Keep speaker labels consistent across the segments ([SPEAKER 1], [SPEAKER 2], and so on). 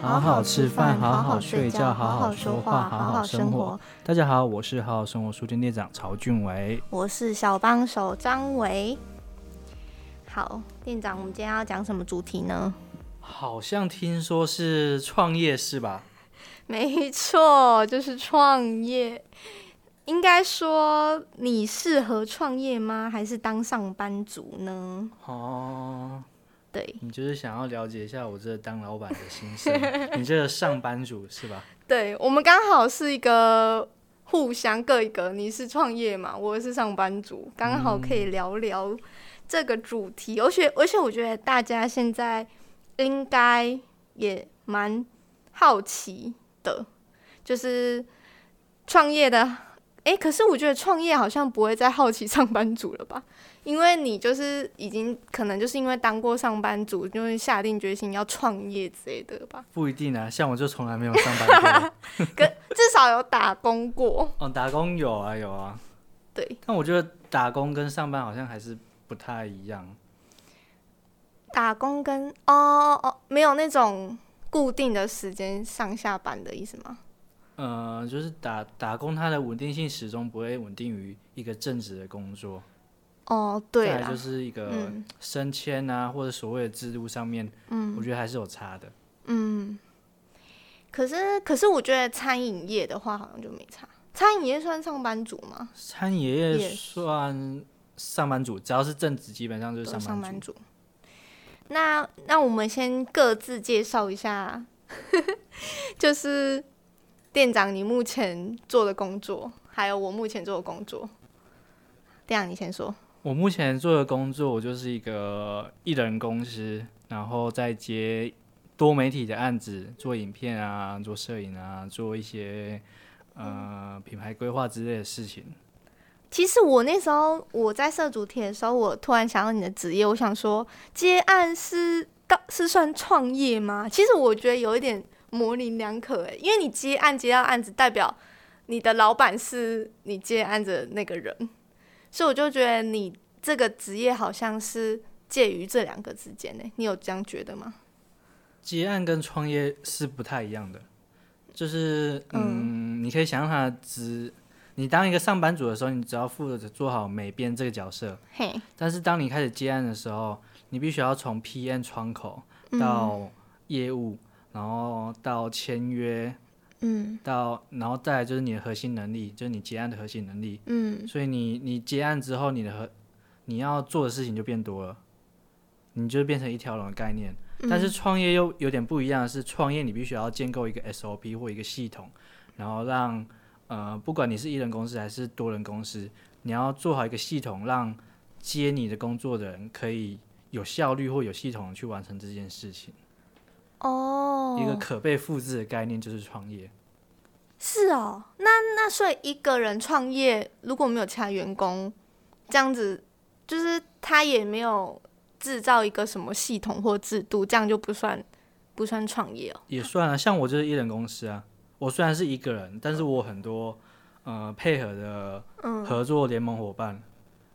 [SPEAKER 1] 好好吃饭，好好睡觉，好好说话，好好生活。
[SPEAKER 2] 大家好，我是好好生活书店店长曹俊维。
[SPEAKER 1] 我是小帮手张维。好，店长，我们今天要讲什么主题呢？
[SPEAKER 2] 好像听说是创业是吧？
[SPEAKER 1] 没错，就是创业。应该说，你适合创业吗？还是当上班族呢？
[SPEAKER 2] 哦，
[SPEAKER 1] 对
[SPEAKER 2] 你就是想要了解一下我这当老板的心声， 你这个上班族是吧？
[SPEAKER 1] 对，我们刚好是一个互相各一个，你是创业嘛，我是上班族，刚好可以聊聊这个主题。而且而且，我觉得大家现在应该也蛮好奇的，就是创业的。诶，可是我觉得创业好像不会再好奇上班族了吧？因为你就是已经可能就是因为当过上班族，就会下定决心要创业之类的吧。
[SPEAKER 2] 不一定啊，像我就从来没有上班 过。
[SPEAKER 1] 至少有打工过。
[SPEAKER 2] 哦，打工有啊有啊，
[SPEAKER 1] 对，
[SPEAKER 2] 但我觉得打工跟上班好像还是不太一样。
[SPEAKER 1] 打工跟哦哦哦，没有那种固定的时间上下班的意思吗？
[SPEAKER 2] 呃，就是打打工，它的稳定性始终不会稳定于一个正职的工作。
[SPEAKER 1] 哦，对
[SPEAKER 2] 再来
[SPEAKER 1] 啦，
[SPEAKER 2] 就是一个
[SPEAKER 1] 嗯
[SPEAKER 2] 升迁啊，或者所谓的制度上面，我觉得还是有差的。
[SPEAKER 1] 嗯。可是可是，我觉得餐饮业的话好像就没差。餐饮业算上班族吗？
[SPEAKER 2] 餐饮业
[SPEAKER 1] 也
[SPEAKER 2] 算上班族，只要是正职，基本上就
[SPEAKER 1] 都
[SPEAKER 2] 是
[SPEAKER 1] 是
[SPEAKER 2] 上
[SPEAKER 1] 哦上
[SPEAKER 2] 班
[SPEAKER 1] 班
[SPEAKER 2] 族。
[SPEAKER 1] 族。那那我们先各自介绍一下， 就是店长你目前做的工作，还有我目前做的工作。店长，你先说。
[SPEAKER 2] 我目前做的工作，我就是一个艺人公司，然后再接多媒体的案子，做影片啊，做摄影啊，做一些
[SPEAKER 1] 嗯
[SPEAKER 2] 呃品牌规划之类的事情。
[SPEAKER 1] 其实我那时候我在设主题的时候，我突然想到你的职业，我想说接案是到是算创业吗？其实我觉得有一点模棱两可诶，因为你接案接到案子，代表你的老板是你接案子的那个人， 所以我就觉得你这个职业好像是介于这两个之间呢。欸你有这样觉得吗？
[SPEAKER 2] 接案跟创业是不太一样的，就是嗯，你可以想象它的职，你当一个上班族的时候，你只要负责做好美编这个角色，
[SPEAKER 1] 嘿，
[SPEAKER 2] 但是当你开始接案的时候，你必须要从 PM 窗口到业务，然后到签约，
[SPEAKER 1] 嗯
[SPEAKER 2] 到然后再来就是你的核心能力，就是你接案的核心能力。
[SPEAKER 1] 嗯，
[SPEAKER 2] 所以你你接案之后，你的核你要做的事情就变多了，你就变成一条龙的概念。
[SPEAKER 1] 嗯
[SPEAKER 2] 但是创业又有点不一样的是，创业你必须要建构一个 SOP 或一个系统，然后让呃，不管你是一人公司还是多人公司，你要做好一个系统，让接你的工作的人可以有效率或有系统地去完成这件事情。
[SPEAKER 1] 哦
[SPEAKER 2] 一个可被复制的概念就是创业。
[SPEAKER 1] 是哦，那那所以一个人创业，如果没有其他员工，这样子就是他也没有制造一个什么系统或制度，这样就不算不算创业哦。
[SPEAKER 2] 也算啊，像我就是一人公司啊。我虽然是一个人，但是我有很多呃配合的合作联盟伙伴，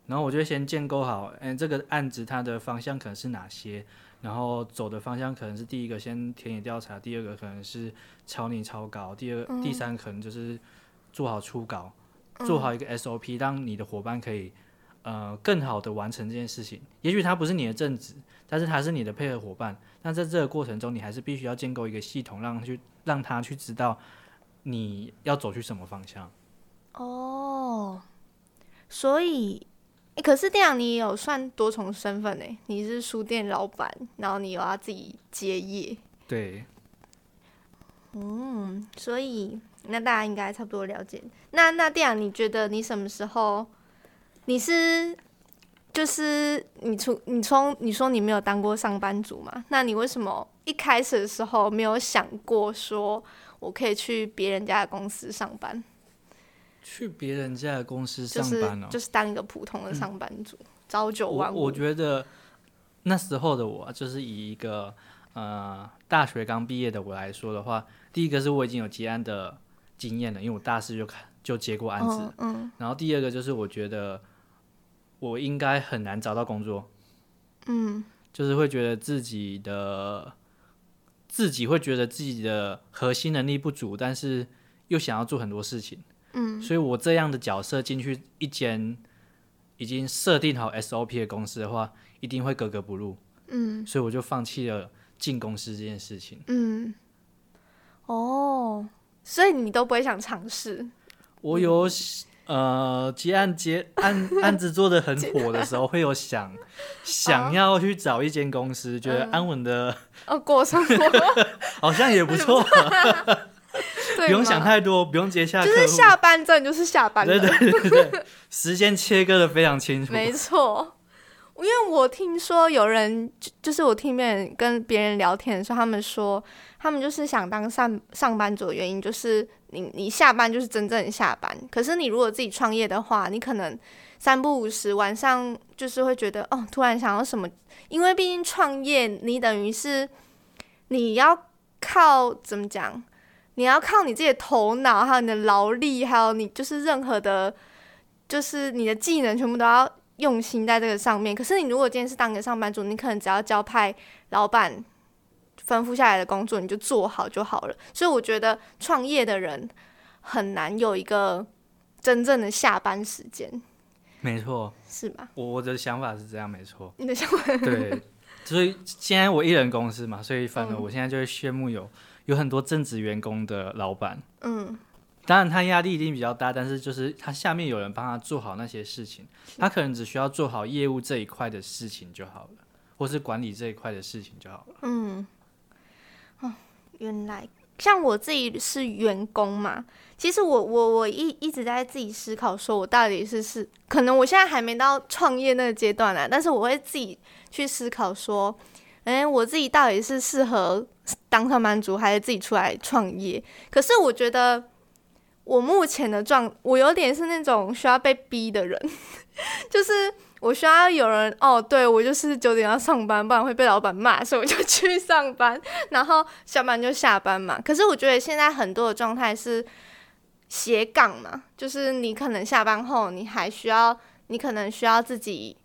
[SPEAKER 2] 然后我就先建构好，嗯、这个案子它的方向可能是哪些，然后走的方向可能是第一个先田野调查，第二个可能是草拟草稿，第二、第三可能就是做好初稿，做好一个 SOP，让你的伙伴可以呃更好的完成这件事情。也许他不是你的正职，但是他是你的配合伙伴。那在这个过程中，你还是必须要建构一个系统，让去让他去知道你要走去什么方向。
[SPEAKER 1] 哦，所以、诶可是店长你也有算多重身份呢？你是书店老板，然后你又要自己接业，
[SPEAKER 2] 对，
[SPEAKER 1] 嗯，所以那大家应该差不多了解。那那店啊长，你觉得你什么时候？你是就是你从你从你说你没有当过上班族嘛？那你为什么一开始的时候没有想过说我可以去别人家的公司上班，
[SPEAKER 2] 去别人家的公司
[SPEAKER 1] 就
[SPEAKER 2] 上
[SPEAKER 1] 是
[SPEAKER 2] 班哦、嗯
[SPEAKER 1] 就是当一个普通的上班族，朝九
[SPEAKER 2] 我
[SPEAKER 1] 晚五
[SPEAKER 2] 我？觉得那时候的我啊，就是以一个呃大学刚毕业的我来说的话，第一个是我已经有接案的经验了，因为我大四就看就接过案子。
[SPEAKER 1] 嗯嗯
[SPEAKER 2] 然后第二个就是我觉得我应该很难找到工作，
[SPEAKER 1] 嗯
[SPEAKER 2] 就是会觉得自己的自己会觉得自己的核心能力不足，但是又想要做很多事情。
[SPEAKER 1] 嗯
[SPEAKER 2] 所以我这样的角色进去一间已经设定好 SOP 的公司的话，一定会格格不入。
[SPEAKER 1] 嗯
[SPEAKER 2] 所以我就放弃了进公司这件事情。
[SPEAKER 1] 嗯，哦，所以你都不会想尝试，
[SPEAKER 2] 我有想呃接案接 案案子做的很火的时候，会有想想要去找一间公司，
[SPEAKER 1] 嗯
[SPEAKER 2] 觉得安稳的
[SPEAKER 1] 哦，过生 活
[SPEAKER 2] 好像也不错，
[SPEAKER 1] 对
[SPEAKER 2] 不用想
[SPEAKER 1] 吗
[SPEAKER 2] 太多，不用接下
[SPEAKER 1] 就
[SPEAKER 2] 客
[SPEAKER 1] 是
[SPEAKER 2] 户，
[SPEAKER 1] 下班真的就是下班了，
[SPEAKER 2] 对对对对对，时间切割的非常清楚。
[SPEAKER 1] 没错。因为我听说有人，就就是我听别人跟别人聊天的时候，他们说他们就是想当上上班族的原因，就是你你下班就是真正的下班。可是你如果自己创业的话，你可能三不五时晚上就是会觉得哦，突然想要什么，因为毕竟创业你等于是你要靠怎么讲，你要靠你自己的头脑，还有你的劳力，还有你就是任何的，就是你的技能全部都要用心在这个上面。可是你如果今天是当个上班族，你可能只要交派老板吩咐下来的工作，你就做好就好了。所以我觉得创业的人很难有一个真正的下班时间，
[SPEAKER 2] 没错，
[SPEAKER 1] 是吧？。
[SPEAKER 2] 我我的想法是这样，没错
[SPEAKER 1] 你的想法，
[SPEAKER 2] 对，所以现在我一人公司嘛，所以反而我现在就会羡慕有有很多正职员工的老板。
[SPEAKER 1] 嗯
[SPEAKER 2] 当然，他压力一定比较大，但是就是他下面有人帮他做好那些事情，他可能只需要做好业务这一块的事情就好了，或是管理这一块的事情就好了。
[SPEAKER 1] 嗯，哦，原来像我自己是员工嘛，其实我我我一一直在自己思考，说我到底是是，可能我现在还没到创业那个阶段啊，但是我会自己去思考说，哎、我自己到底是适合当上班族，还是自己出来创业？可是我觉得。我目前的状，我有点是那种需要被逼的人， 就是我需要有人哦，对我就是九点要上班，不然会被老板骂，所以我就去上班，然后下班就下班嘛。可是我觉得现在很多的状态是斜杠嘛，就是你可能下班后，你还需要，你可能需要自己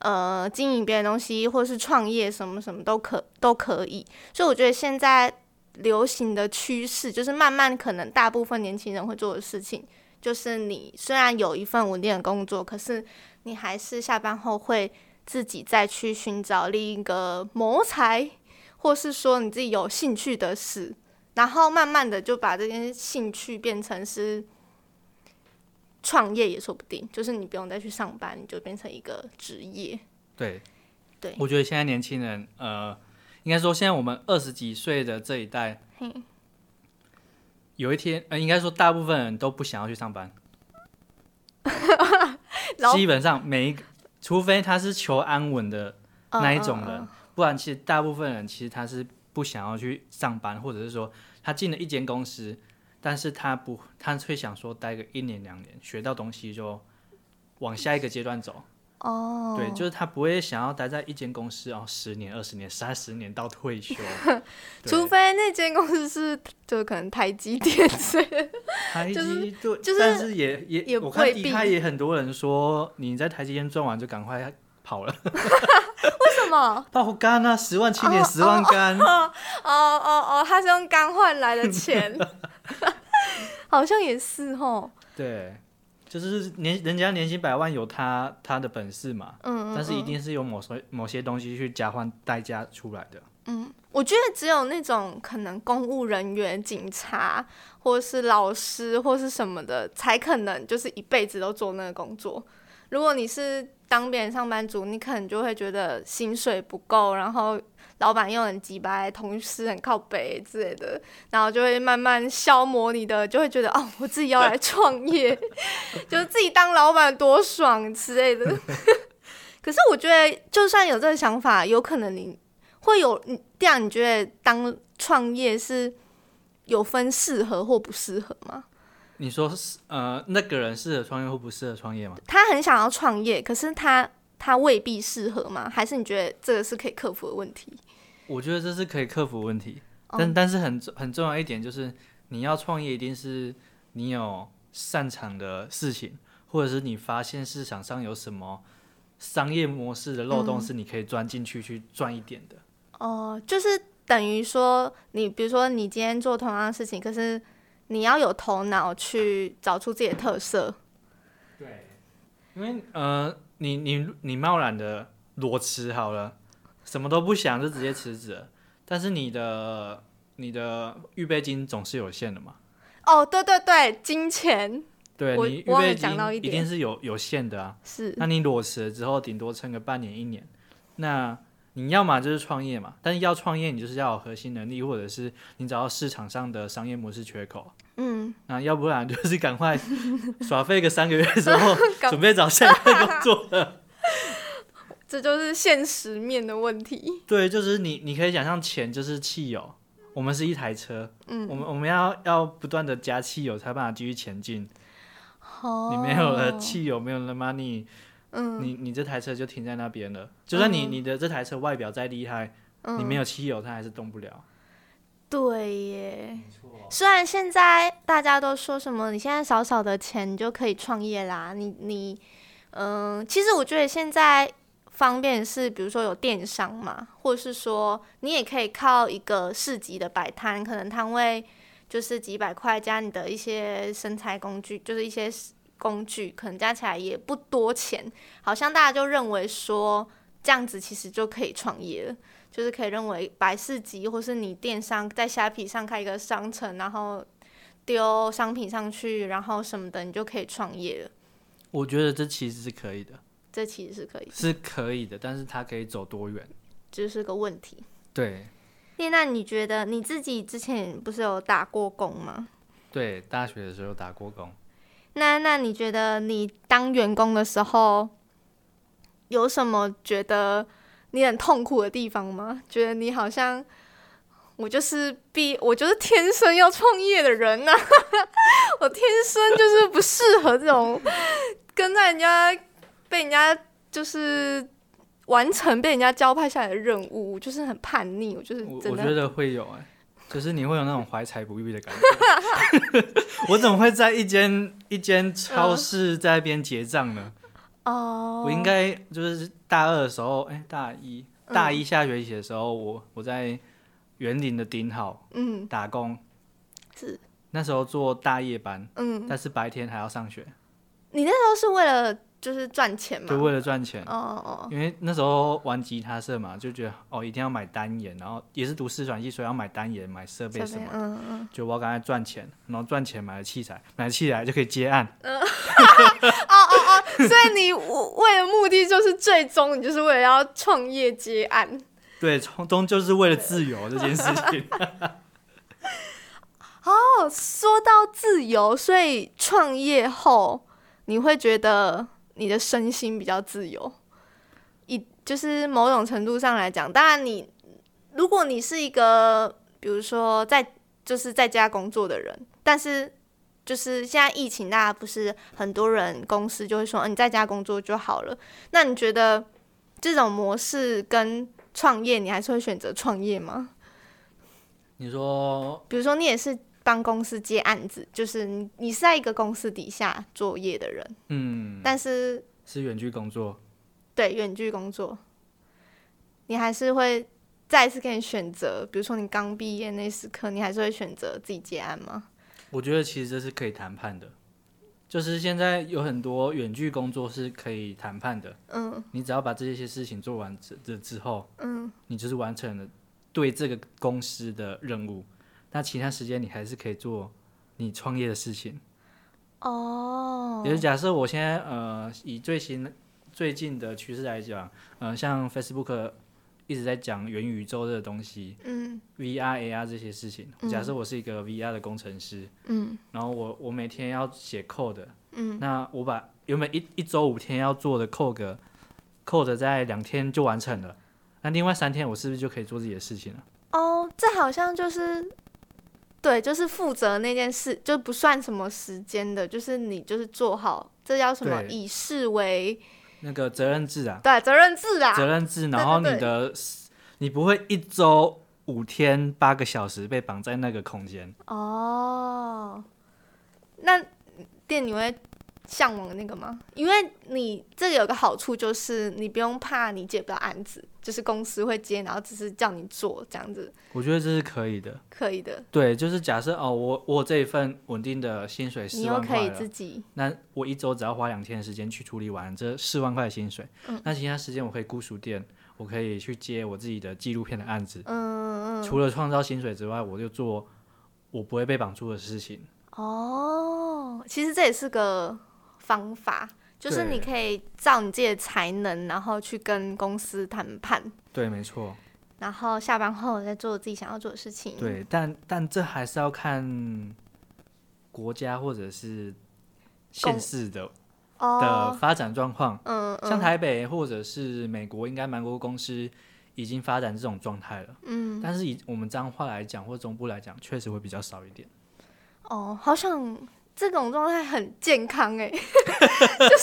[SPEAKER 1] 呃经营别的东西，或是创业什么什么都可都可以。所以我觉得现在流行的趋势就是慢慢可能大部分年轻人会做的事情。就是你虽然有一份稳定的工作，可是你还是下班后会自己再去寻找另一个谋财，或是说你自己有兴趣的事，然后慢慢的就把这件兴趣变成是创业也说不定，就是你不用再去上班，你就变成一个职业。
[SPEAKER 2] 对，
[SPEAKER 1] 对
[SPEAKER 2] 我觉得现在年轻人，呃，应该说现在我们二十几岁的这一代，有一天，呃，应该说大部分人都不想要去上班，
[SPEAKER 1] 老
[SPEAKER 2] 基本上每一个，除非他是求安稳的那一种
[SPEAKER 1] 嗯
[SPEAKER 2] 人，不然其实大部分人其实他是不想要去上班，或者是说他进了一间公司，但是他不，他会想说待个一年两年，学到东西就往下一个阶段走。
[SPEAKER 1] 哦，
[SPEAKER 2] 对，就是他不会想要待在一间公司哦，十年、二十年、三十年到退 休，对
[SPEAKER 1] 除非那间公司是就可能台积电之类的
[SPEAKER 2] 台积对，
[SPEAKER 1] 就是
[SPEAKER 2] 但是也也
[SPEAKER 1] 也
[SPEAKER 2] 我看
[SPEAKER 1] 未
[SPEAKER 2] 底
[SPEAKER 1] 必
[SPEAKER 2] 下也很多人说，你在台积电赚完就赶快跑了，
[SPEAKER 1] 为什么？
[SPEAKER 2] 爆肝啊，十万青年
[SPEAKER 1] 哦
[SPEAKER 2] 十万肝，
[SPEAKER 1] 哦哦哦，他是用刚换来的钱， 好像也是哦。
[SPEAKER 2] 对，就是年人家年薪百万有他他的本事嘛，
[SPEAKER 1] 嗯，嗯
[SPEAKER 2] 但是一
[SPEAKER 1] 嗯
[SPEAKER 2] 定是有某些某些东西去交换代价出来的。
[SPEAKER 1] 我觉得只有那种可能公务人员、警察，或是老师，或是什么的，才可能就是一辈子都做那个工作。如果你是当别人上班族，你可能就会觉得薪水不够，然后老板又很鸡掰，同事很靠北之类的，然后就会慢慢消磨你的，就会觉得哦，我自己要来创业， 就是自己当老板多爽之类的。 可是我觉得，就算有这个想法，有可能你会有你这样，你觉得当创业是有分适合或不适合吗？
[SPEAKER 2] 你说是呃，那个人适合创业或不适合创业吗？
[SPEAKER 1] 他很想要创业，可是他他未必适合吗？还是你觉得这个是可以克服的问题？
[SPEAKER 2] 我觉得这是可以克服问题，
[SPEAKER 1] 哦
[SPEAKER 2] 但但是很重很重要一点就是，你要创业一定是你有擅长的事情，或者是你发现市场上有什么
[SPEAKER 1] 嗯
[SPEAKER 2] 商业模式的漏洞是你可以钻进去去赚一点的。
[SPEAKER 1] 哦、就是等于说你，比如说你今天做同样的事情，可是你要有头脑去找出自己的特色。
[SPEAKER 2] 对，因为呃，你你你贸然的裸辞好了，什么都不想就直接辞职了，但是你的你的预备金总是有限的嘛。
[SPEAKER 1] 哦，对对对，金钱
[SPEAKER 2] 对
[SPEAKER 1] 我
[SPEAKER 2] 你预
[SPEAKER 1] 忘了
[SPEAKER 2] 备金
[SPEAKER 1] 讲到一
[SPEAKER 2] 一定
[SPEAKER 1] 点
[SPEAKER 2] 是有有限的啊。
[SPEAKER 1] 是
[SPEAKER 2] 那你裸辞了之后，顶多撑个半年一年，那你要么就是创业嘛，但是要创业你就是要有核心能力，或者是你找到市场上的商业模式缺口，
[SPEAKER 1] 嗯，
[SPEAKER 2] 那要不然就是赶快耍废个三个月之后
[SPEAKER 1] 搞，
[SPEAKER 2] 准备找下一份工作了。
[SPEAKER 1] 这就是现实面的问题。
[SPEAKER 2] 对，就是你，你可以想象钱就是汽油，我们是一台车，
[SPEAKER 1] 嗯
[SPEAKER 2] 我们我们要要不断的加汽油才办法继续前进。
[SPEAKER 1] 哦
[SPEAKER 2] 你没有了汽油，没有了 money，
[SPEAKER 1] 嗯，
[SPEAKER 2] 你你这台车就停在那边了。就算你
[SPEAKER 1] 嗯
[SPEAKER 2] 你的这台车外表再厉害，
[SPEAKER 1] 嗯
[SPEAKER 2] 你没有汽油，它还是动不了。
[SPEAKER 1] 对耶。虽然现在大家都说什么，你现在少少的钱你就可以创业啦，你你，嗯、其实我觉得现在方便是，比如说有电商嘛，或者是说你也可以靠一个市集的摆摊，可能摊位就是几百块加你的一些生财工具，就是一些工具，可能加起来也不多钱，好像大家就认为说这样子其实就可以创业了。就是可以认为百事集，或是你电商在虾皮上开一个商城，然后丢商品上去，然后什么的，你就可以创业了。
[SPEAKER 2] 我觉得这其实是可以的，
[SPEAKER 1] 这其实是可以，
[SPEAKER 2] 是可以的，但是它可以走多 远？
[SPEAKER 1] 这是个问题。
[SPEAKER 2] 对
[SPEAKER 1] 丽娜，你觉得你自己之前不是有打过工吗？
[SPEAKER 2] 对，大学的时候打过工。
[SPEAKER 1] 那那你觉得你当员工的时候，有什么觉得你很痛苦的地方吗？觉得你好像我就是必我就是天生要创业的人呐、 我天生就是不适合这种跟在人家被人家就是完成被人家交派下来的任务，我就是很叛逆，我就是
[SPEAKER 2] 我
[SPEAKER 1] 真
[SPEAKER 2] 我觉
[SPEAKER 1] 的
[SPEAKER 2] 得会有哎、就是你会有那种怀才不遇的感觉。 我怎么会在一间一间超市在那边结账呢？
[SPEAKER 1] 嗯哦，
[SPEAKER 2] 我应该就是大二的时候，哎、大一
[SPEAKER 1] 嗯
[SPEAKER 2] 大一下学期的时候，我我在园林的顶好
[SPEAKER 1] 嗯
[SPEAKER 2] 打工，
[SPEAKER 1] 是
[SPEAKER 2] 那时候做大夜班，
[SPEAKER 1] 嗯，
[SPEAKER 2] 但是白天还要上学，
[SPEAKER 1] 你那时候是为了就是赚钱
[SPEAKER 2] 就
[SPEAKER 1] 吗？
[SPEAKER 2] 为了赚钱。
[SPEAKER 1] 嗯哦哦。
[SPEAKER 2] 因为那时候玩吉他社嘛，就觉得哦一定要买单眼，然后也是读四传系，所以要买单眼、买设备什么的。
[SPEAKER 1] 嗯嗯，
[SPEAKER 2] 就我要赶快赚钱，然后赚钱买了器材，买了器材就可以接案。
[SPEAKER 1] 哦所以你我为了目的就是最终你就是为了要创业接案
[SPEAKER 2] 对，终终究是为了自由这件事情。
[SPEAKER 1] 哦。说到自由，所以创业后你会觉得你的身心比较自由，一就是某种程度上来讲，当然你如果你是一个比如说在就是在家工作的人，但是。就是现在疫情，大家不是很多人公司就会说，嗯、你在家工作就好了。那你觉得这种模式跟创业，你还是会选择创业吗？
[SPEAKER 2] 你说
[SPEAKER 1] 比如说，你也是帮公司接案子，就是你你是在一个公司底下作业的人，嗯，但是
[SPEAKER 2] 是远距工作，
[SPEAKER 1] 对远距工作，你还是会再一次给你选择，比如说你刚毕业那时刻，你还是会选择自己接案吗？
[SPEAKER 2] 我觉得其实这是可以谈判的，就是现在有很多远距工作是可以谈判的。
[SPEAKER 1] 嗯，
[SPEAKER 2] 你只要把这些事情做完之之之后，嗯，你就是完成了对这个公司的任务。那其他时间你还是可以做你创业的事情。
[SPEAKER 1] 哦，
[SPEAKER 2] 也就是假设我现在呃，以最新最近的趋势来讲，呃，像 Facebook 一直在讲元宇宙这个东西
[SPEAKER 1] 嗯
[SPEAKER 2] ，VR、AR 这些事情。假设我是一个 VR 的工程师，
[SPEAKER 1] 嗯
[SPEAKER 2] 然后我我每天要写 code，
[SPEAKER 1] 嗯，
[SPEAKER 2] 那我把原本一一周五天要做的 code code 在两天就完成了，那另外三天我是不是就可以做自己的事情了？
[SPEAKER 1] 哦，这好像就是，对，就是负责那件事，就不算什么时间的，就是你就是做好，这叫什么？
[SPEAKER 2] 对
[SPEAKER 1] 以事为
[SPEAKER 2] 那个责任制啊，
[SPEAKER 1] 对责任制啊，
[SPEAKER 2] 责任制，然后你
[SPEAKER 1] 对对
[SPEAKER 2] 的你不会一周五天八个小时被绑在那个空间。
[SPEAKER 1] 哦，那店你会向往的那个吗？因为你这个有个好处就是你不用怕你接不到案子，就是公司会接，然后只是叫你做这样子，
[SPEAKER 2] 我觉得这是可以的。
[SPEAKER 1] 可以的，
[SPEAKER 2] 对，就是假设哦，我我有这一份稳定的薪水
[SPEAKER 1] 你
[SPEAKER 2] 四
[SPEAKER 1] 又
[SPEAKER 2] 万
[SPEAKER 1] 可
[SPEAKER 2] 块啊
[SPEAKER 1] 以
[SPEAKER 2] 了
[SPEAKER 1] 自，己，
[SPEAKER 2] 那我一周只要花两天的时间去处理完这四万块的薪水，
[SPEAKER 1] 嗯
[SPEAKER 2] 那其他时间我可以雇书店，我可以去接我自己的纪录片的案子。
[SPEAKER 1] 嗯嗯嗯，
[SPEAKER 2] 除了创造薪水之外，我就做我不会被绑住的事情。
[SPEAKER 1] 哦，其实这也是个方法，就是
[SPEAKER 2] 对
[SPEAKER 1] 你可以照你自己的才能，然后去跟公司谈判，
[SPEAKER 2] 对，没错，
[SPEAKER 1] 然后下班后再做自己想要做的事情。
[SPEAKER 2] 对，但但这还是要看国家或者是县
[SPEAKER 1] 公
[SPEAKER 2] 市的的
[SPEAKER 1] 哦，
[SPEAKER 2] 发展状况。
[SPEAKER 1] 嗯
[SPEAKER 2] 像
[SPEAKER 1] 嗯
[SPEAKER 2] 台北或者是美国，应该蛮多公司已经发展这种状态了。
[SPEAKER 1] 嗯，
[SPEAKER 2] 但是以我们彰化来讲，或中部来讲，确实会比较少一点。
[SPEAKER 1] 哦，好想这种状态很健康哎， 就是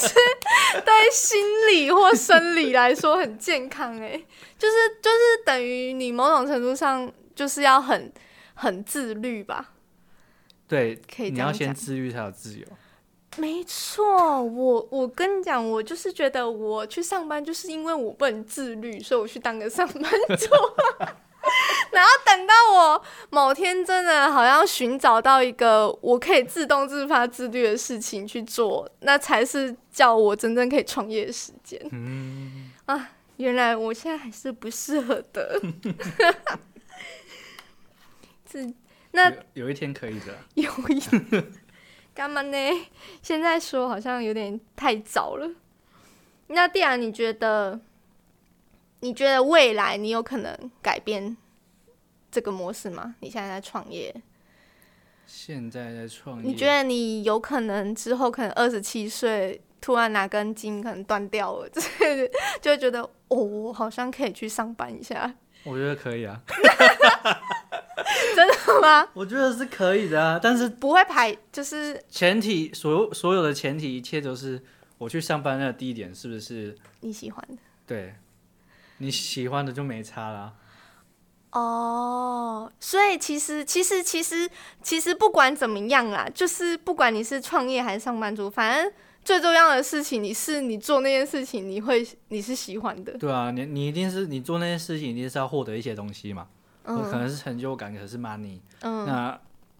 [SPEAKER 1] 对心理或生理来说很健康哎，就是就是等于你某种程度上就是要很很自律吧。
[SPEAKER 2] 对，
[SPEAKER 1] 可以
[SPEAKER 2] 你
[SPEAKER 1] 这样
[SPEAKER 2] 要先
[SPEAKER 1] 讲
[SPEAKER 2] 自律才有自由。
[SPEAKER 1] 没错，我我跟你讲，我就是觉得我去上班，就是因为我不能自律，所以我去当个上班族。 然后等到我某天真的好像寻找到一个我可以自动自发自律的事情去做，那才是叫我真正可以创业的时间。啊，原来我现在还是不适合的。 自那
[SPEAKER 2] 有有一天可以的。
[SPEAKER 1] 有一干嘛呢？现在说好像有点太早了。那蒂然，你觉得？你觉得未来你有可能改变这个模式吗？你现在在创业，
[SPEAKER 2] 现在在创业，
[SPEAKER 1] 你觉得你有可能之后可能二十七岁突然哪根筋可能断掉了，之类的，就会觉得哦，我好像可以去上班一下，
[SPEAKER 2] 我觉得可以啊，
[SPEAKER 1] 真的吗？
[SPEAKER 2] 我觉得是可以的啊。但是
[SPEAKER 1] 不会排，就是
[SPEAKER 2] 前提，所有所有的前提，一切都是我去上班的第一点是不是？
[SPEAKER 1] 你喜欢的
[SPEAKER 2] 对，你喜欢的就没差啦。
[SPEAKER 1] 哦，所以其实其实其实其实不管怎么样啦，就是不管你是创业还是上班族，反正最重要的事情，你是你做那件事情，你会你是喜欢的，
[SPEAKER 2] 对啊，你你一定是你做那些事情，一定是要获得一些东西嘛。我可
[SPEAKER 1] 嗯
[SPEAKER 2] 能是成就感，可能是 money。
[SPEAKER 1] 嗯
[SPEAKER 2] 那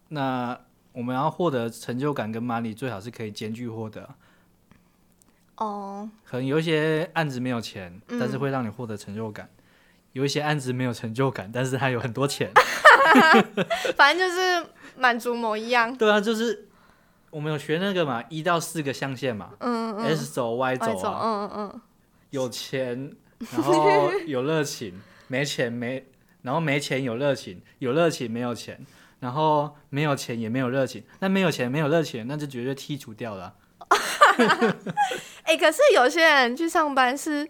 [SPEAKER 2] 那我们要获得成就感跟 money，最好是可以兼具获得。
[SPEAKER 1] 哦嗯
[SPEAKER 2] 可能有一些案子没有钱，但是会让你获得成就感；有一些案子没有成就感，但是它有很多
[SPEAKER 1] 啊
[SPEAKER 2] 钱。
[SPEAKER 1] 反正就是满足某一样，
[SPEAKER 2] 对啊，就是我们有学那个嘛，一到四个象限嘛、
[SPEAKER 1] 嗯嗯
[SPEAKER 2] s 轴、Y
[SPEAKER 1] 嗯，
[SPEAKER 2] 轴啊，
[SPEAKER 1] 嗯嗯嗯，
[SPEAKER 2] 有 钱，然后有热情，没钱没，然后没钱有热情，有热情没有钱，然后没有钱也没有热情，那没有钱没有热情，那就绝对剔除掉了啊、
[SPEAKER 1] 哎、可是有些人去上班是。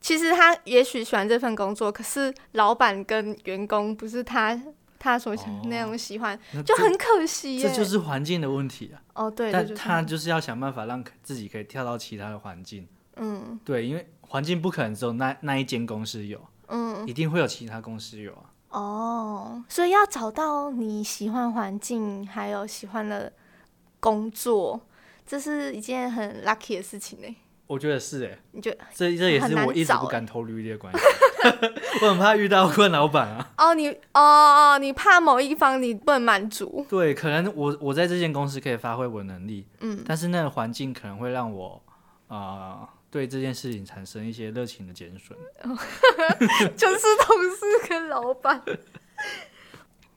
[SPEAKER 1] 其实他也许喜欢这份工作，可是老板跟员工不是他他所想的那种喜欢，
[SPEAKER 2] 哦那
[SPEAKER 1] 就
[SPEAKER 2] 这
[SPEAKER 1] 很可惜耶。
[SPEAKER 2] 这就是环境的问题啊。
[SPEAKER 1] 哦，对，这
[SPEAKER 2] 但
[SPEAKER 1] 就是
[SPEAKER 2] 他就是要想办法让自己可以跳到其他的环境。
[SPEAKER 1] 嗯
[SPEAKER 2] 对，因为环境不可能只有那那一间公司有，
[SPEAKER 1] 嗯，
[SPEAKER 2] 一定会有其他公司有啊。
[SPEAKER 1] 哦，所以要找到你喜欢环境，还有喜欢的工作，这是一件很 lucky 的事情呢。
[SPEAKER 2] 我觉得是哎、
[SPEAKER 1] 你就
[SPEAKER 2] 这这也
[SPEAKER 1] 很
[SPEAKER 2] 是
[SPEAKER 1] 难
[SPEAKER 2] 我一直
[SPEAKER 1] 找
[SPEAKER 2] 不
[SPEAKER 1] 欸
[SPEAKER 2] 敢投履历的关系， 我很怕遇到困老板啊。
[SPEAKER 1] 哦，你哦哦，你怕某一方你不能满足，
[SPEAKER 2] 对，可能我我在这间公司可以发挥我的能力，嗯，但是那个环境可能会让我啊、呃对这件事情产生一些热情的减损，
[SPEAKER 1] 就是同事跟老板。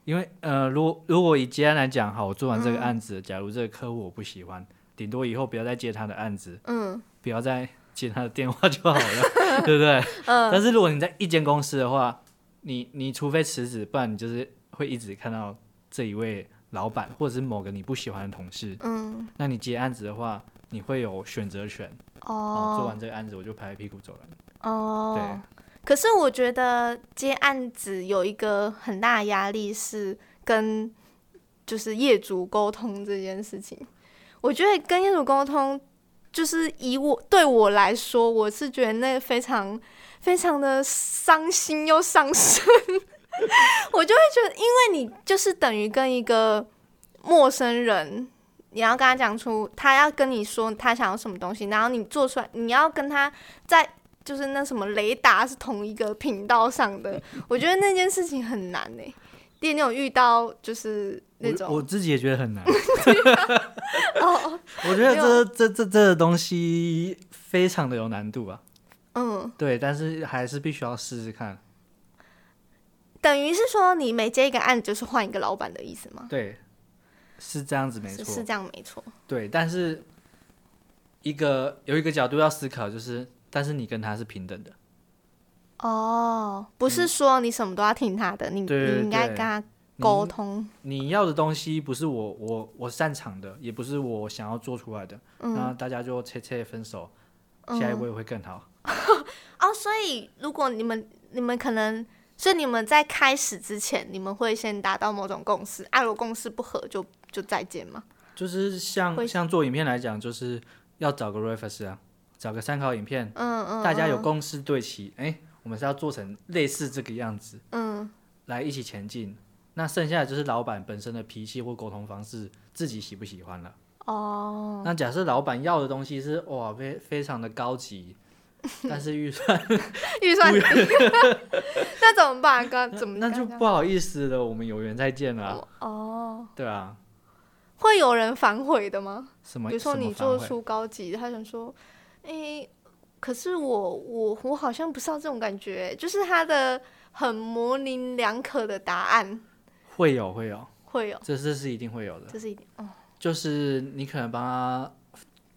[SPEAKER 2] 因为呃，如果如果以接案来讲，好，我做完这个案子，假如这个客户我不喜欢，顶多以后不要再接他的案子，
[SPEAKER 1] 嗯，
[SPEAKER 2] 不要再接他的电话就好了， 对不对？嗯。但是如果你在一间公司的话，你你除非辞职，不然你就是会一直看到这一位老板或者是某个你不喜欢的同事。嗯。那你接案子的话，你会有选择权。哦。做
[SPEAKER 1] 哦
[SPEAKER 2] 完这个案子，我就拍屁股走人。
[SPEAKER 1] 哦
[SPEAKER 2] 对。
[SPEAKER 1] 可是我觉得接案子有一个很大的压力是跟就是业主沟通这件事情。我觉得跟业主沟通，就是以我对我来说，我是觉得那非常非常的伤心又伤身。 我就会觉得，因为你就是等于跟一个陌生人你要跟他讲出他要跟你说他想要什么东西，然后你做出来，你要跟他在就是那什么雷达是同一个频道上的，我觉得那件事情很难呢、欸。店你有遇到就是那
[SPEAKER 2] 我我
[SPEAKER 1] 种
[SPEAKER 2] 自己也觉得很难。
[SPEAKER 1] 哦，
[SPEAKER 2] 我觉得这这这这个东西非常的有难度啊。
[SPEAKER 1] 嗯，
[SPEAKER 2] 对，但是还是必须要试试看。
[SPEAKER 1] 等于是说你每接一个案子就是换一个老板的意思吗？
[SPEAKER 2] 对，是这样子没
[SPEAKER 1] 嗯是
[SPEAKER 2] 错
[SPEAKER 1] 是。这样没错。
[SPEAKER 2] 对，但是一个有一个角度要思考，就是但是你跟他是平等的。
[SPEAKER 1] 哦，不是说你什么都要听他的，你
[SPEAKER 2] 嗯对对
[SPEAKER 1] 你应该
[SPEAKER 2] 对
[SPEAKER 1] 跟他
[SPEAKER 2] 你
[SPEAKER 1] 沟通。
[SPEAKER 2] 你要的东西不是我我我擅长的，也不是我想要做出来的，
[SPEAKER 1] 嗯
[SPEAKER 2] 那大家就切切分手，下一位会更好。
[SPEAKER 1] 哦，所以如果你们你们可能，所以你们在开始之前，你们会先达到某种共识，啊，如果共识不合就就再见嘛。
[SPEAKER 2] 就是像
[SPEAKER 1] 会
[SPEAKER 2] 像做影片来讲，就是要找个 reference 啊，找个参考影片，
[SPEAKER 1] 嗯嗯，
[SPEAKER 2] 大家有共识对齐，哎、我们是要做成类似这个样子，
[SPEAKER 1] 嗯，
[SPEAKER 2] 来一起前进。那剩下的就是老板本身的脾气或沟通方式，自己喜不喜欢了。
[SPEAKER 1] 哦，
[SPEAKER 2] 那假设老板要的东西是哇，非非常的高 级，但是预算
[SPEAKER 1] 预算 低，那怎么办？刚怎么
[SPEAKER 2] 那就
[SPEAKER 1] 刚
[SPEAKER 2] 不好意思了，我们有缘再见了，
[SPEAKER 1] 刚哦，
[SPEAKER 2] 对啊，
[SPEAKER 1] 会有人反悔的吗？
[SPEAKER 2] 什么？
[SPEAKER 1] 比如说
[SPEAKER 2] 什么
[SPEAKER 1] 你
[SPEAKER 2] 反
[SPEAKER 1] 做
[SPEAKER 2] 悔
[SPEAKER 1] 出高级，他想说，诶、可是我我我好像不是要这种感觉，就是他的很模棱两可的答案
[SPEAKER 2] 会有会有，
[SPEAKER 1] 会有，
[SPEAKER 2] 这这是一定会有的。
[SPEAKER 1] 这是一点，哦，
[SPEAKER 2] 就是你可能帮他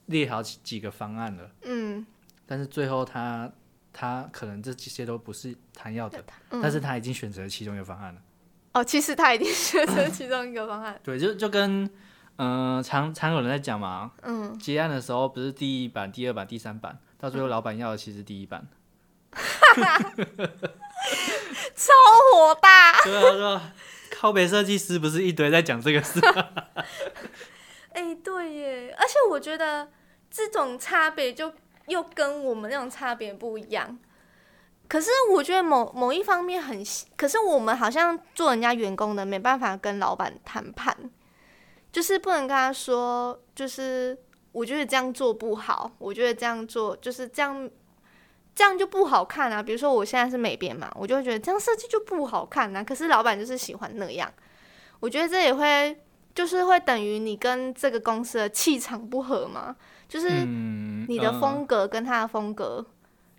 [SPEAKER 2] 列好几几个方案了，
[SPEAKER 1] 嗯，
[SPEAKER 2] 但是最后他他可能这这些都不是他要的，
[SPEAKER 1] 嗯
[SPEAKER 2] 但是他已经选择了其中一个方案了。
[SPEAKER 1] 哦，其实他已经 选择其中一个方案，
[SPEAKER 2] 对，就就跟嗯、呃常常有人在讲嘛，
[SPEAKER 1] 嗯，
[SPEAKER 2] 结案的时候不是第一版、第二版、第三版，到 最后老板要的其实第一版。
[SPEAKER 1] 超火大，
[SPEAKER 2] 对啊，对啊，靠北设计师不是一堆在讲这个事？
[SPEAKER 1] 诶、哎对耶，而且我觉得这种差别就又跟我们那种差别不一样。可是我觉得某某一方面很像，可是我们好像做人家员工的没办法跟老板谈判，就是不能跟他说，就是我觉得这样做不好，我觉得这样做就是这样，这样就不好看啊。比如说我现在是美编嘛，我就会觉得这样设计就不好看啊。可是老板就是喜欢那样，我觉得这也会就是会等于你跟这个公司的气场不合嘛，就是
[SPEAKER 2] 嗯，
[SPEAKER 1] 你的
[SPEAKER 2] 呃
[SPEAKER 1] 风格跟他的风格，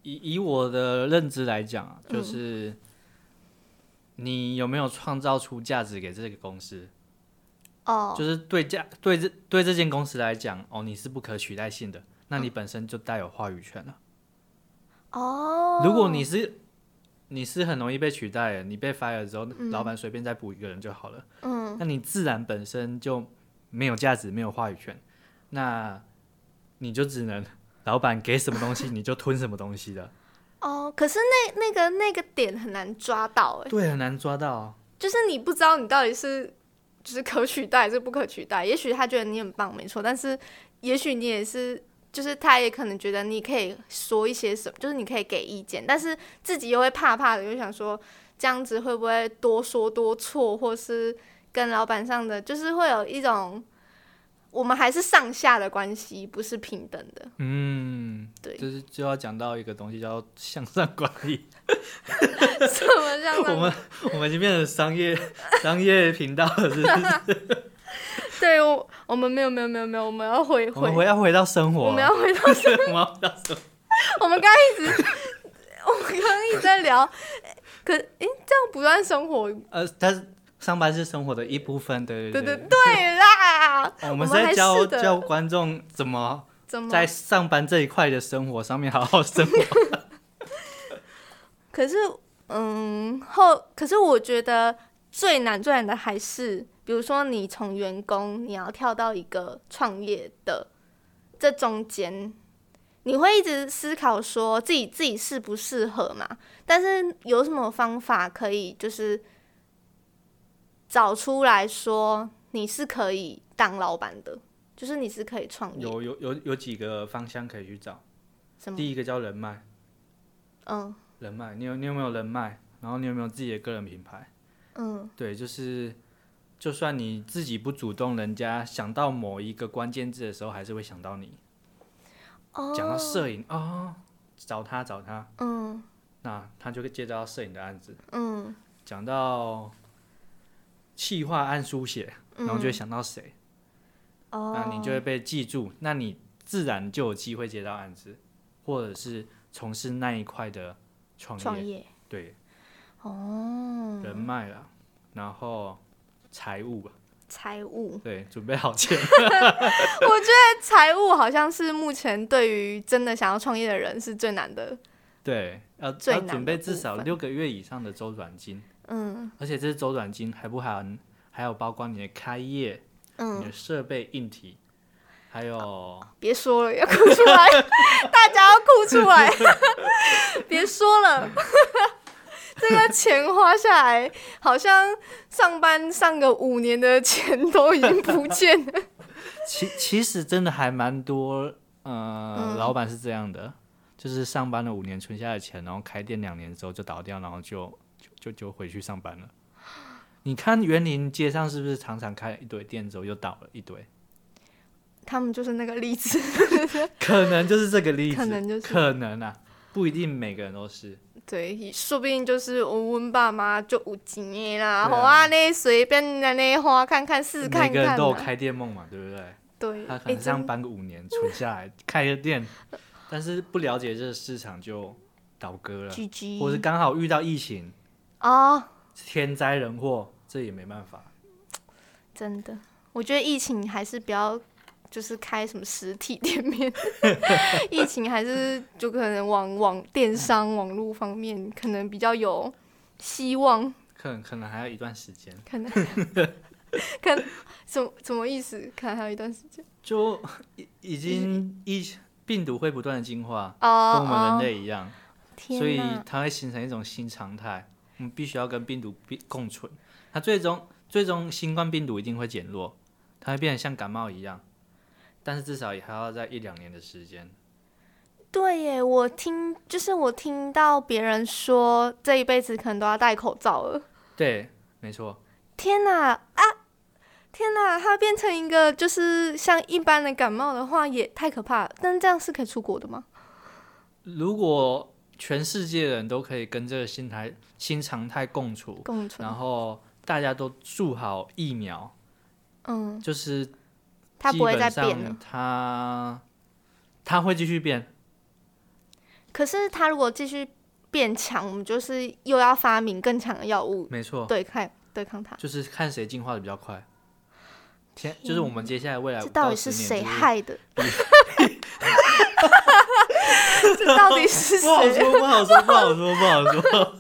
[SPEAKER 2] 以以我的认知来讲啊，就
[SPEAKER 1] 嗯
[SPEAKER 2] 是你有没有创造出价值给这个公司？
[SPEAKER 1] 哦，
[SPEAKER 2] 就是对价对这对这间公司来讲，哦，你是不可取代性的，那你本身就带有话语权了。
[SPEAKER 1] 哦，
[SPEAKER 2] 如果你是你是很容易被取代的，你被 fire 之后，老板随便再补一个人就好了，
[SPEAKER 1] 嗯，
[SPEAKER 2] 那你自然本身就没有价值，没有话语权，那你就只能老板给什么东西你就吞什么东西 了，
[SPEAKER 1] 哦，可是那那个那个点很难抓到哎、
[SPEAKER 2] 对，很难抓到啊。
[SPEAKER 1] 就是你不知道你到底是就是可取代还是不可取代。也许他觉得你很棒，没错，但是也许你也是，就是他也可能觉得你可以说一些什么，就是你可以给意见，但是自己又会怕怕的，又想说这样子会不会多说多错，或是跟老板上的，就是会有一种我们还是上下的关系，不是平等的。
[SPEAKER 2] 嗯，
[SPEAKER 1] 对
[SPEAKER 2] 就是就要讲到一个东西叫做向上管理。
[SPEAKER 1] 什么这样
[SPEAKER 2] 我们我们已经变成商业商业频道了，是 不是？
[SPEAKER 1] 对我，我们没有没有没有没有，我们要回
[SPEAKER 2] 我
[SPEAKER 1] 回，
[SPEAKER 2] 们回要回到生活，
[SPEAKER 1] 我们要回到，
[SPEAKER 2] 对我们要回到生活。
[SPEAKER 1] 我们刚刚一直，我们刚刚一直在聊，可诶、这样不算生活，
[SPEAKER 2] 呃，但是上班是生活的一部分，对
[SPEAKER 1] 对
[SPEAKER 2] 对
[SPEAKER 1] 对对啦，
[SPEAKER 2] 我
[SPEAKER 1] 我
[SPEAKER 2] 们
[SPEAKER 1] 们
[SPEAKER 2] 是在
[SPEAKER 1] 还
[SPEAKER 2] 教
[SPEAKER 1] 是的嗯
[SPEAKER 2] 教观众怎么
[SPEAKER 1] 怎么？
[SPEAKER 2] 在上班这一块的生活上面好好生活。
[SPEAKER 1] 可是，嗯，后可是我觉得最难最难的还是，比如说你从员工你要跳到一个创业的这中间，你会一直思考说自己自己适不适合嘛？但是有什么方法可以就是找出来说你是可以当老板的，就是你是可以创业
[SPEAKER 2] 有有有有几个方向可以去找，
[SPEAKER 1] 什么？
[SPEAKER 2] 第一个叫人脉，
[SPEAKER 1] 嗯
[SPEAKER 2] 人脉，你有你有没有人脉？然后你有没有自己的个人品牌？
[SPEAKER 1] 嗯
[SPEAKER 2] 对，就是就算你自己不主动，人家想到某一个关键字的时候，还是会想到你。
[SPEAKER 1] 哦，
[SPEAKER 2] 讲到摄影哦，找他找他，
[SPEAKER 1] 嗯
[SPEAKER 2] 那他就会接到摄影的案子。
[SPEAKER 1] 嗯
[SPEAKER 2] 讲到企划案书写，然后就会想到谁，
[SPEAKER 1] 嗯哦，
[SPEAKER 2] 那你就会被记住，那你自然就有机会接到案子，或者是从事那一块的创业。
[SPEAKER 1] 创业
[SPEAKER 2] 对，
[SPEAKER 1] 哦，
[SPEAKER 2] 人脉啦，然后财务吧，
[SPEAKER 1] 财务，
[SPEAKER 2] 对，准备好 钱。
[SPEAKER 1] 我觉得财务好像是目前对于真的想要创业的人是最难的。
[SPEAKER 2] 对，要
[SPEAKER 1] 最
[SPEAKER 2] 要
[SPEAKER 1] 难
[SPEAKER 2] 准
[SPEAKER 1] 的
[SPEAKER 2] 备至
[SPEAKER 1] 部
[SPEAKER 2] 少
[SPEAKER 1] 分
[SPEAKER 2] 六个月以上的周转金，
[SPEAKER 1] 嗯
[SPEAKER 2] 而且这是周转金还不含还有包括你的开业、你
[SPEAKER 1] 嗯，
[SPEAKER 2] 的设备、硬体，还有
[SPEAKER 1] 别说了，要哭出来，大家要哭出来， 别说了。这个钱花下来，好像上班上个五年的钱都已经不见 了。
[SPEAKER 2] 其其实真的还蛮多，呃，
[SPEAKER 1] 嗯
[SPEAKER 2] 老板是这样的，就是上班了五年存下的钱，然后开店两年之后就倒掉，然后就就就就回去上班了。你看园林街上是不是常常开一堆店之后又倒了一堆？
[SPEAKER 1] 他们就是那个例子，
[SPEAKER 2] 可能就是这个例子，
[SPEAKER 1] 可能就是
[SPEAKER 2] 可能啊，不一定每个人都是。
[SPEAKER 1] 对，说不定就是我问爸妈就有钱的啦，
[SPEAKER 2] 对
[SPEAKER 1] 好
[SPEAKER 2] 啊
[SPEAKER 1] 啊，那随便那那花看看试看啊
[SPEAKER 2] 每个人
[SPEAKER 1] 看
[SPEAKER 2] 都有
[SPEAKER 1] 嘛。
[SPEAKER 2] 开店梦嘛，对不对？
[SPEAKER 1] 对，
[SPEAKER 2] 他可
[SPEAKER 1] 诶
[SPEAKER 2] 能这样
[SPEAKER 1] 真
[SPEAKER 2] 搬个五年存下来开个店，但是不了解这个市场就倒戈了，
[SPEAKER 1] GG
[SPEAKER 2] 或是刚好遇到疫情、
[SPEAKER 1] 嗯哦，
[SPEAKER 2] 天灾人祸，这也没办法。
[SPEAKER 1] 真的，我觉得疫情还是不要，就是开什么实体店 面，疫情还是就可能往往电商网络方面可能比较有希望，
[SPEAKER 2] 可能可能还要一段时间，
[SPEAKER 1] 可能看什么什么意思？可能还有一段时间
[SPEAKER 2] 就已已经疫病毒会不断的进化，
[SPEAKER 1] 嗯哦
[SPEAKER 2] 跟我们人
[SPEAKER 1] 哦，
[SPEAKER 2] 类一样，
[SPEAKER 1] 天
[SPEAKER 2] 所以
[SPEAKER 1] 哪
[SPEAKER 2] 它会形成一种新常态。我们必须要跟病毒并共存。它最终最终新冠病毒一定会减弱，它会变得像感冒一样，但是至少也还要在一两年的时间。
[SPEAKER 1] 对耶，我听就是我听到别人说这一辈子可能都要戴口罩了。
[SPEAKER 2] 对，没错，
[SPEAKER 1] 天哪啊！天哪，它变成一个就是像一般的感冒的话，也太可怕了。但这样是可以出国的吗？
[SPEAKER 2] 如果全世界人都可以跟这个新台新常态共处，
[SPEAKER 1] 共存，
[SPEAKER 2] 然后大家都注好疫苗，
[SPEAKER 1] 嗯，
[SPEAKER 2] 就是
[SPEAKER 1] 它
[SPEAKER 2] 基
[SPEAKER 1] 不会
[SPEAKER 2] 本
[SPEAKER 1] 再变
[SPEAKER 2] 上
[SPEAKER 1] 了。
[SPEAKER 2] 它它会继续变，
[SPEAKER 1] 可是它如果继续变强，我们就是又要发明更强的药物
[SPEAKER 2] 没错，
[SPEAKER 1] 对抗对抗它。
[SPEAKER 2] 就是看谁进化的比较快。天，就是我们接下来未来
[SPEAKER 1] 这
[SPEAKER 2] 5
[SPEAKER 1] 到
[SPEAKER 2] 啊到
[SPEAKER 1] 底
[SPEAKER 2] 10
[SPEAKER 1] 是
[SPEAKER 2] 年
[SPEAKER 1] 谁
[SPEAKER 2] 就是？
[SPEAKER 1] 害的？这到底是
[SPEAKER 2] 不好
[SPEAKER 1] 谁？
[SPEAKER 2] 说，不好说，不好说，不好说。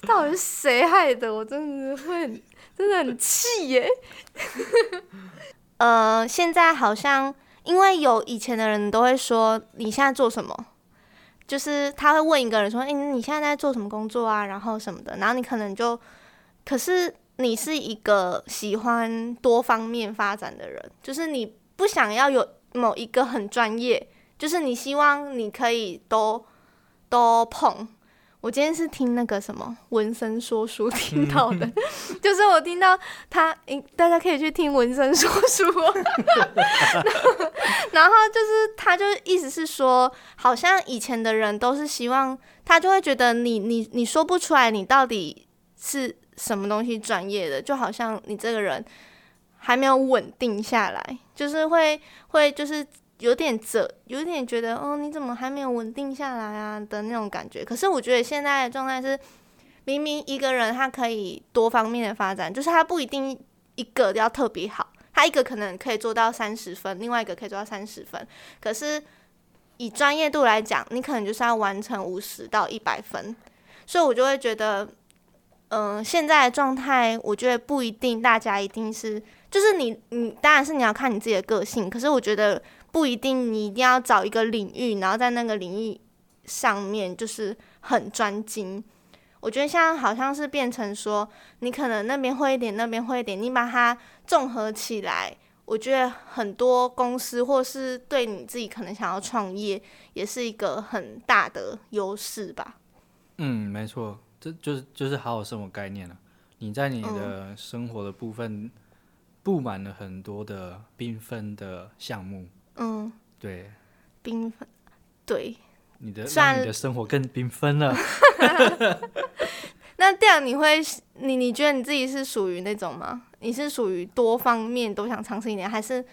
[SPEAKER 1] 这 到底是谁害的？我真的会很，真的很气耶。 呃，现在好像因为有以前的人都会说你现在做什么，就是他会问一个人说：“哎、你现在在做什么工作啊？”然后什么的，然后你可能就，可是你是一个喜欢多方面发展的人，就是你不想要有某一个很专业，就是你希望你可以都都碰。我今天是听那个什么文森说书听到的， 就是我听到他，诶大家可以去听文森说书、哦。 然后然后就是他，就是意思是说，好像以前的人都是希望他就会觉得你你你说不出来你到底是什么东西专业的，就好像你这个人还没有稳定下来，就是会会就是有点责，有点觉得哦你怎么还没有稳定下来啊的那种感觉。可是我觉得现在的状态是，明明一个人他可以多方面的发展，就是他不一定一个要特别好。他一个可能可以做到三十分，另外一个可以做到三十分，可是以专业度来讲，你可能就是要完成五十到一百分，所以我就会觉得，嗯、现在的状态，我觉得不一定大家一定是，就是你你当然是你要看你自己的个性，可是我觉得不一定你一定要找一个领域，然后在那个领域上面就是很专精。我觉得现在好像是变成说，你可能那边会一点，那边会一点，你把它综合起来，我觉得很多公司或是对你自己可能想要创业，也是一个很大的优势吧。
[SPEAKER 2] 嗯，没错，这就是就是好好生活概念了、你在你
[SPEAKER 1] 嗯
[SPEAKER 2] 的生活的部分布满了很多的缤纷的项目，
[SPEAKER 1] 嗯，
[SPEAKER 2] 对
[SPEAKER 1] 缤纷，对。
[SPEAKER 2] 你的
[SPEAKER 1] 虽然
[SPEAKER 2] 让你的生活更缤纷了。
[SPEAKER 1] 那这样你会，你你觉得你自己是属于那种吗？你是属于多方面都想尝试一点，还是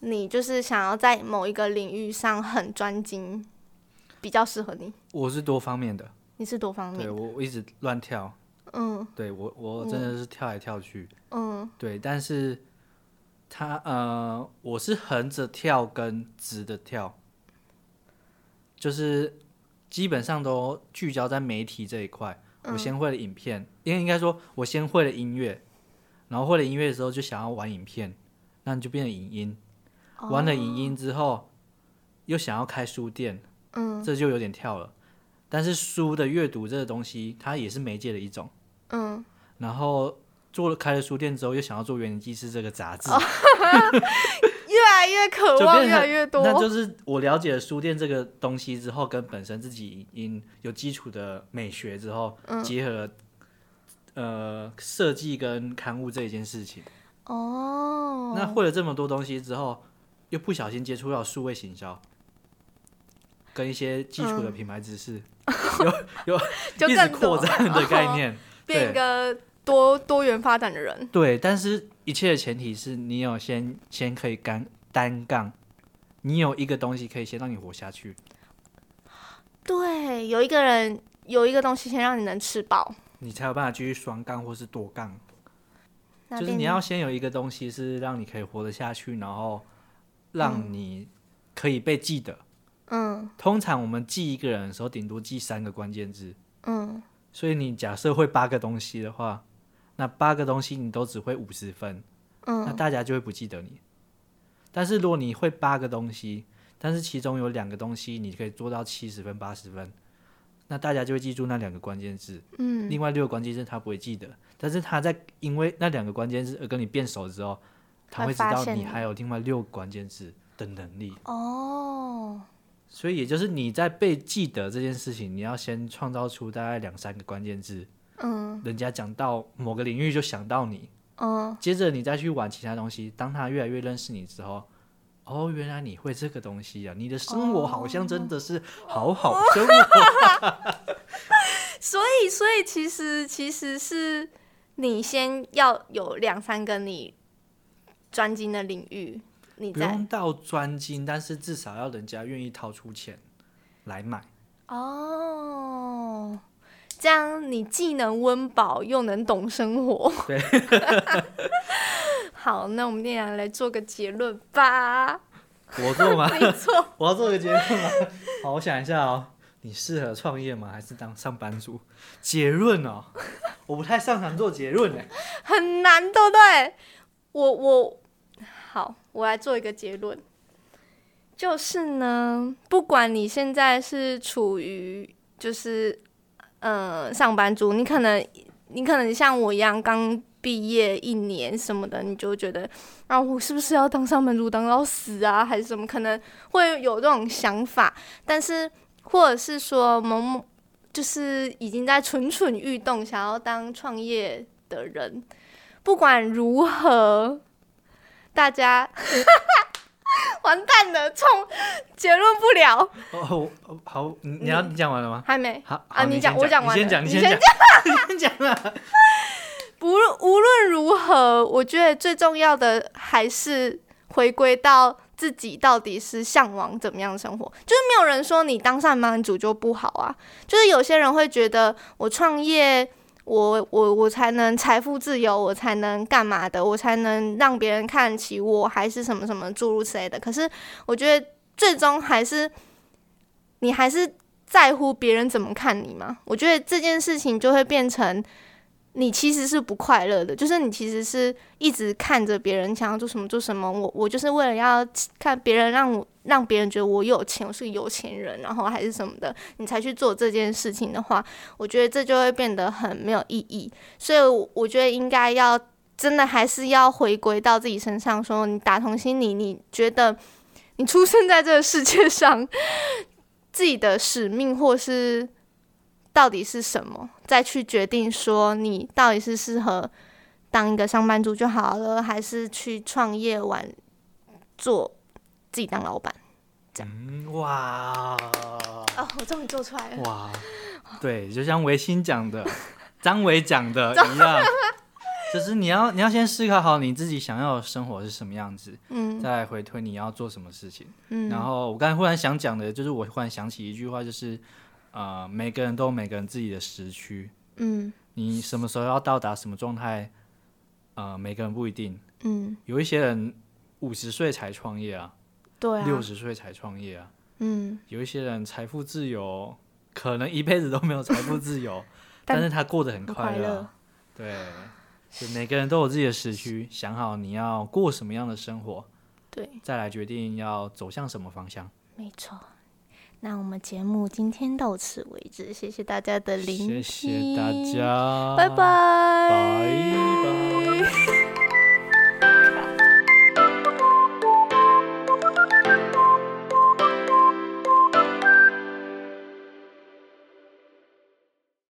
[SPEAKER 1] 你就是想要在某一个领域上很专精，比较适合你？
[SPEAKER 2] 我是多方面的，
[SPEAKER 1] 你是多方
[SPEAKER 2] 对
[SPEAKER 1] 面，
[SPEAKER 2] 我我一直乱跳，
[SPEAKER 1] 嗯
[SPEAKER 2] 对我我真的是跳来跳去，
[SPEAKER 1] 嗯
[SPEAKER 2] 对，但是他呃，我是横着跳跟直的跳，就是基本上都聚焦在媒体这一块。
[SPEAKER 1] 嗯
[SPEAKER 2] 我先会了影片，因为应该说我先会了音乐，然后会了音乐的时候就想要玩影片，那你就变成影音，玩了影
[SPEAKER 1] 哦
[SPEAKER 2] 音之后又想要开书店，
[SPEAKER 1] 嗯
[SPEAKER 2] 这就有点跳了。但是书的阅读这个东西，它也是媒介的一种。
[SPEAKER 1] 嗯，
[SPEAKER 2] 然后做了开了书店之后，又想要做《园林纪事》这个杂志，
[SPEAKER 1] 哦越来越渴
[SPEAKER 2] 就
[SPEAKER 1] 望，
[SPEAKER 2] 变
[SPEAKER 1] 越
[SPEAKER 2] 成
[SPEAKER 1] 来越多，
[SPEAKER 2] 那就是我了解了书店这个东西之后，跟本身自己已经有基础的美学之后，
[SPEAKER 1] 嗯
[SPEAKER 2] 结合了呃设计跟刊物这一件事情。
[SPEAKER 1] 哦，
[SPEAKER 2] 那会了这么多东西之后，又不小心接触到数位行销。跟一些基础的品牌知 识，
[SPEAKER 1] 嗯就
[SPEAKER 2] 一直
[SPEAKER 1] 更
[SPEAKER 2] 扩
[SPEAKER 1] 多
[SPEAKER 2] 张的概念，
[SPEAKER 1] 变一个多多元发展的人，
[SPEAKER 2] 对，但是一切的前提是你有先先可以干单杠，你有一个东西可以先让你活下去，
[SPEAKER 1] 对，有一个人有一个东西先让你能吃饱，
[SPEAKER 2] 你才有办法继续双杠或是多杠。
[SPEAKER 1] 那
[SPEAKER 2] 就是
[SPEAKER 1] 变
[SPEAKER 2] 你要先有一个东西是让你可以活得下去，然后让你可以被记得。
[SPEAKER 1] 嗯
[SPEAKER 2] 通常我们记一个人的时候，顶多记三个关键字，
[SPEAKER 1] 嗯
[SPEAKER 2] 所以你假设会八个东西的话，那八个东西你都只会五十分，那
[SPEAKER 1] 嗯
[SPEAKER 2] 大家就会不记得你。但是如果你会八个东西，但是其中有两个东西你可以做到七十分、八十分，那大家就会记住那两个关键字。
[SPEAKER 1] 嗯，
[SPEAKER 2] 另外六个关键字他不会记得，但是他在因为那两个关键字而跟你变熟之后，他会知
[SPEAKER 1] 发
[SPEAKER 2] 道
[SPEAKER 1] 现
[SPEAKER 2] 你
[SPEAKER 1] 你
[SPEAKER 2] 还有另外六个关键字的能力。
[SPEAKER 1] 哦，
[SPEAKER 2] 所以也就是你在被记得这件事情，你要先创造出大概两三个关键字，
[SPEAKER 1] 嗯
[SPEAKER 2] 人家讲到某个领域就想到你，
[SPEAKER 1] 嗯
[SPEAKER 2] 接着你再去玩其他东西，当他越来越认识你之后，哦，原来你会这个东西啊！你的生活好像真的是好好
[SPEAKER 1] 哦
[SPEAKER 2] 生活，
[SPEAKER 1] 所以，所以其实其实是你先要有两三个你专精的领域，你
[SPEAKER 2] 不
[SPEAKER 1] 在
[SPEAKER 2] 用到专精，但是至少要人家愿意掏出钱来买。
[SPEAKER 1] 哦，这样你既能温饱又能懂生活。
[SPEAKER 2] 对，
[SPEAKER 1] 好，那我们念然来做个结论 吧。
[SPEAKER 2] 我做吗？
[SPEAKER 1] 没错，
[SPEAKER 2] 我要做个结论吗？ 好，我想一下哦。你适合创业吗？还是当上班族？结论哦，我不太擅长做结论哎。
[SPEAKER 1] 很难，对不对？我我好，我来做一个结论，就是呢，不管你现在是处于就是呃上班族，你可能你可能像我一样刚毕业一年什么的，你就会觉得啊，我是不是要当上班族当到死啊，还是什么？可能会有这种想法，但是或者是说某某。就是已经在蠢蠢欲动，想要当创业的人，不管如何，大家 完蛋了，冲结论不了，
[SPEAKER 2] 哦，我哦好，你你要你讲完了吗？
[SPEAKER 1] 还没。
[SPEAKER 2] 好
[SPEAKER 1] 嗯啊
[SPEAKER 2] 好
[SPEAKER 1] 你
[SPEAKER 2] 你
[SPEAKER 1] 讲
[SPEAKER 2] 先
[SPEAKER 1] 我讲完
[SPEAKER 2] 你先
[SPEAKER 1] 了
[SPEAKER 2] 讲，
[SPEAKER 1] 你
[SPEAKER 2] 先
[SPEAKER 1] 先
[SPEAKER 2] 讲，你先讲啊。
[SPEAKER 1] 不论无论如何，我觉得最重要的还是回归到自己到底是向往怎么样的生活。就是没有人说你当上班族就不好啊，就是有些人会觉得我创业。我我我才能财富自由，我才能干嘛的，我才能让别人看起我，还是什么什么诸如此类的。可是我觉得最终还是你还是在乎别人怎么看你嘛。我觉得这件事情就会变成你其实是不快乐的，就是你其实是一直看着别人想要做什么做什么，我我就是为了要看别人让我让别人觉得我有钱，我是个有钱人，然后还是什么的，你才去做这件事情的话，我觉得这就会变得很没有意义。所以我我觉得应该要真的还是要回归到自己身上，说你打从心里你觉得 你出生在这个世界上，自己的使命或是到底是什么，再去决定说你到底是适合当一个上班族就好了，还是去创业完做自己当老板。
[SPEAKER 2] 嗯，哇
[SPEAKER 1] 哦，我终于做出来了。
[SPEAKER 2] 哇，对，就像维新讲的，张伟讲的一样，就是你要你要先思考好你自己想要的生活是什么样子，
[SPEAKER 1] 嗯
[SPEAKER 2] 再来回推你要做什么事情。
[SPEAKER 1] 嗯，
[SPEAKER 2] 然后我刚才忽然想讲的，就是我忽然想起一句话，就是呃，每个人都有每个人自己的时区，
[SPEAKER 1] 嗯
[SPEAKER 2] 你什么时候要到达什么状态，呃，每个人不一定，
[SPEAKER 1] 嗯，
[SPEAKER 2] 有一些人五十岁才创业啊，
[SPEAKER 1] 对
[SPEAKER 2] 六
[SPEAKER 1] 啊，
[SPEAKER 2] 十岁才创业啊，
[SPEAKER 1] 嗯，
[SPEAKER 2] 有一些人财富自由，可能一辈子都没有财富自由，
[SPEAKER 1] 但
[SPEAKER 2] 但是他过得很
[SPEAKER 1] 很
[SPEAKER 2] 快
[SPEAKER 1] 快
[SPEAKER 2] 乐
[SPEAKER 1] 乐
[SPEAKER 2] 啊。对，所以每个人都有自己的时区，想好你要过什么样的生活，
[SPEAKER 1] 对，
[SPEAKER 2] 再来决定要走向什么方向。
[SPEAKER 1] 没错。那我们节目今天到此为止，谢谢大家的聆听，
[SPEAKER 2] 谢谢大，家，
[SPEAKER 1] 拜拜，
[SPEAKER 2] 拜拜。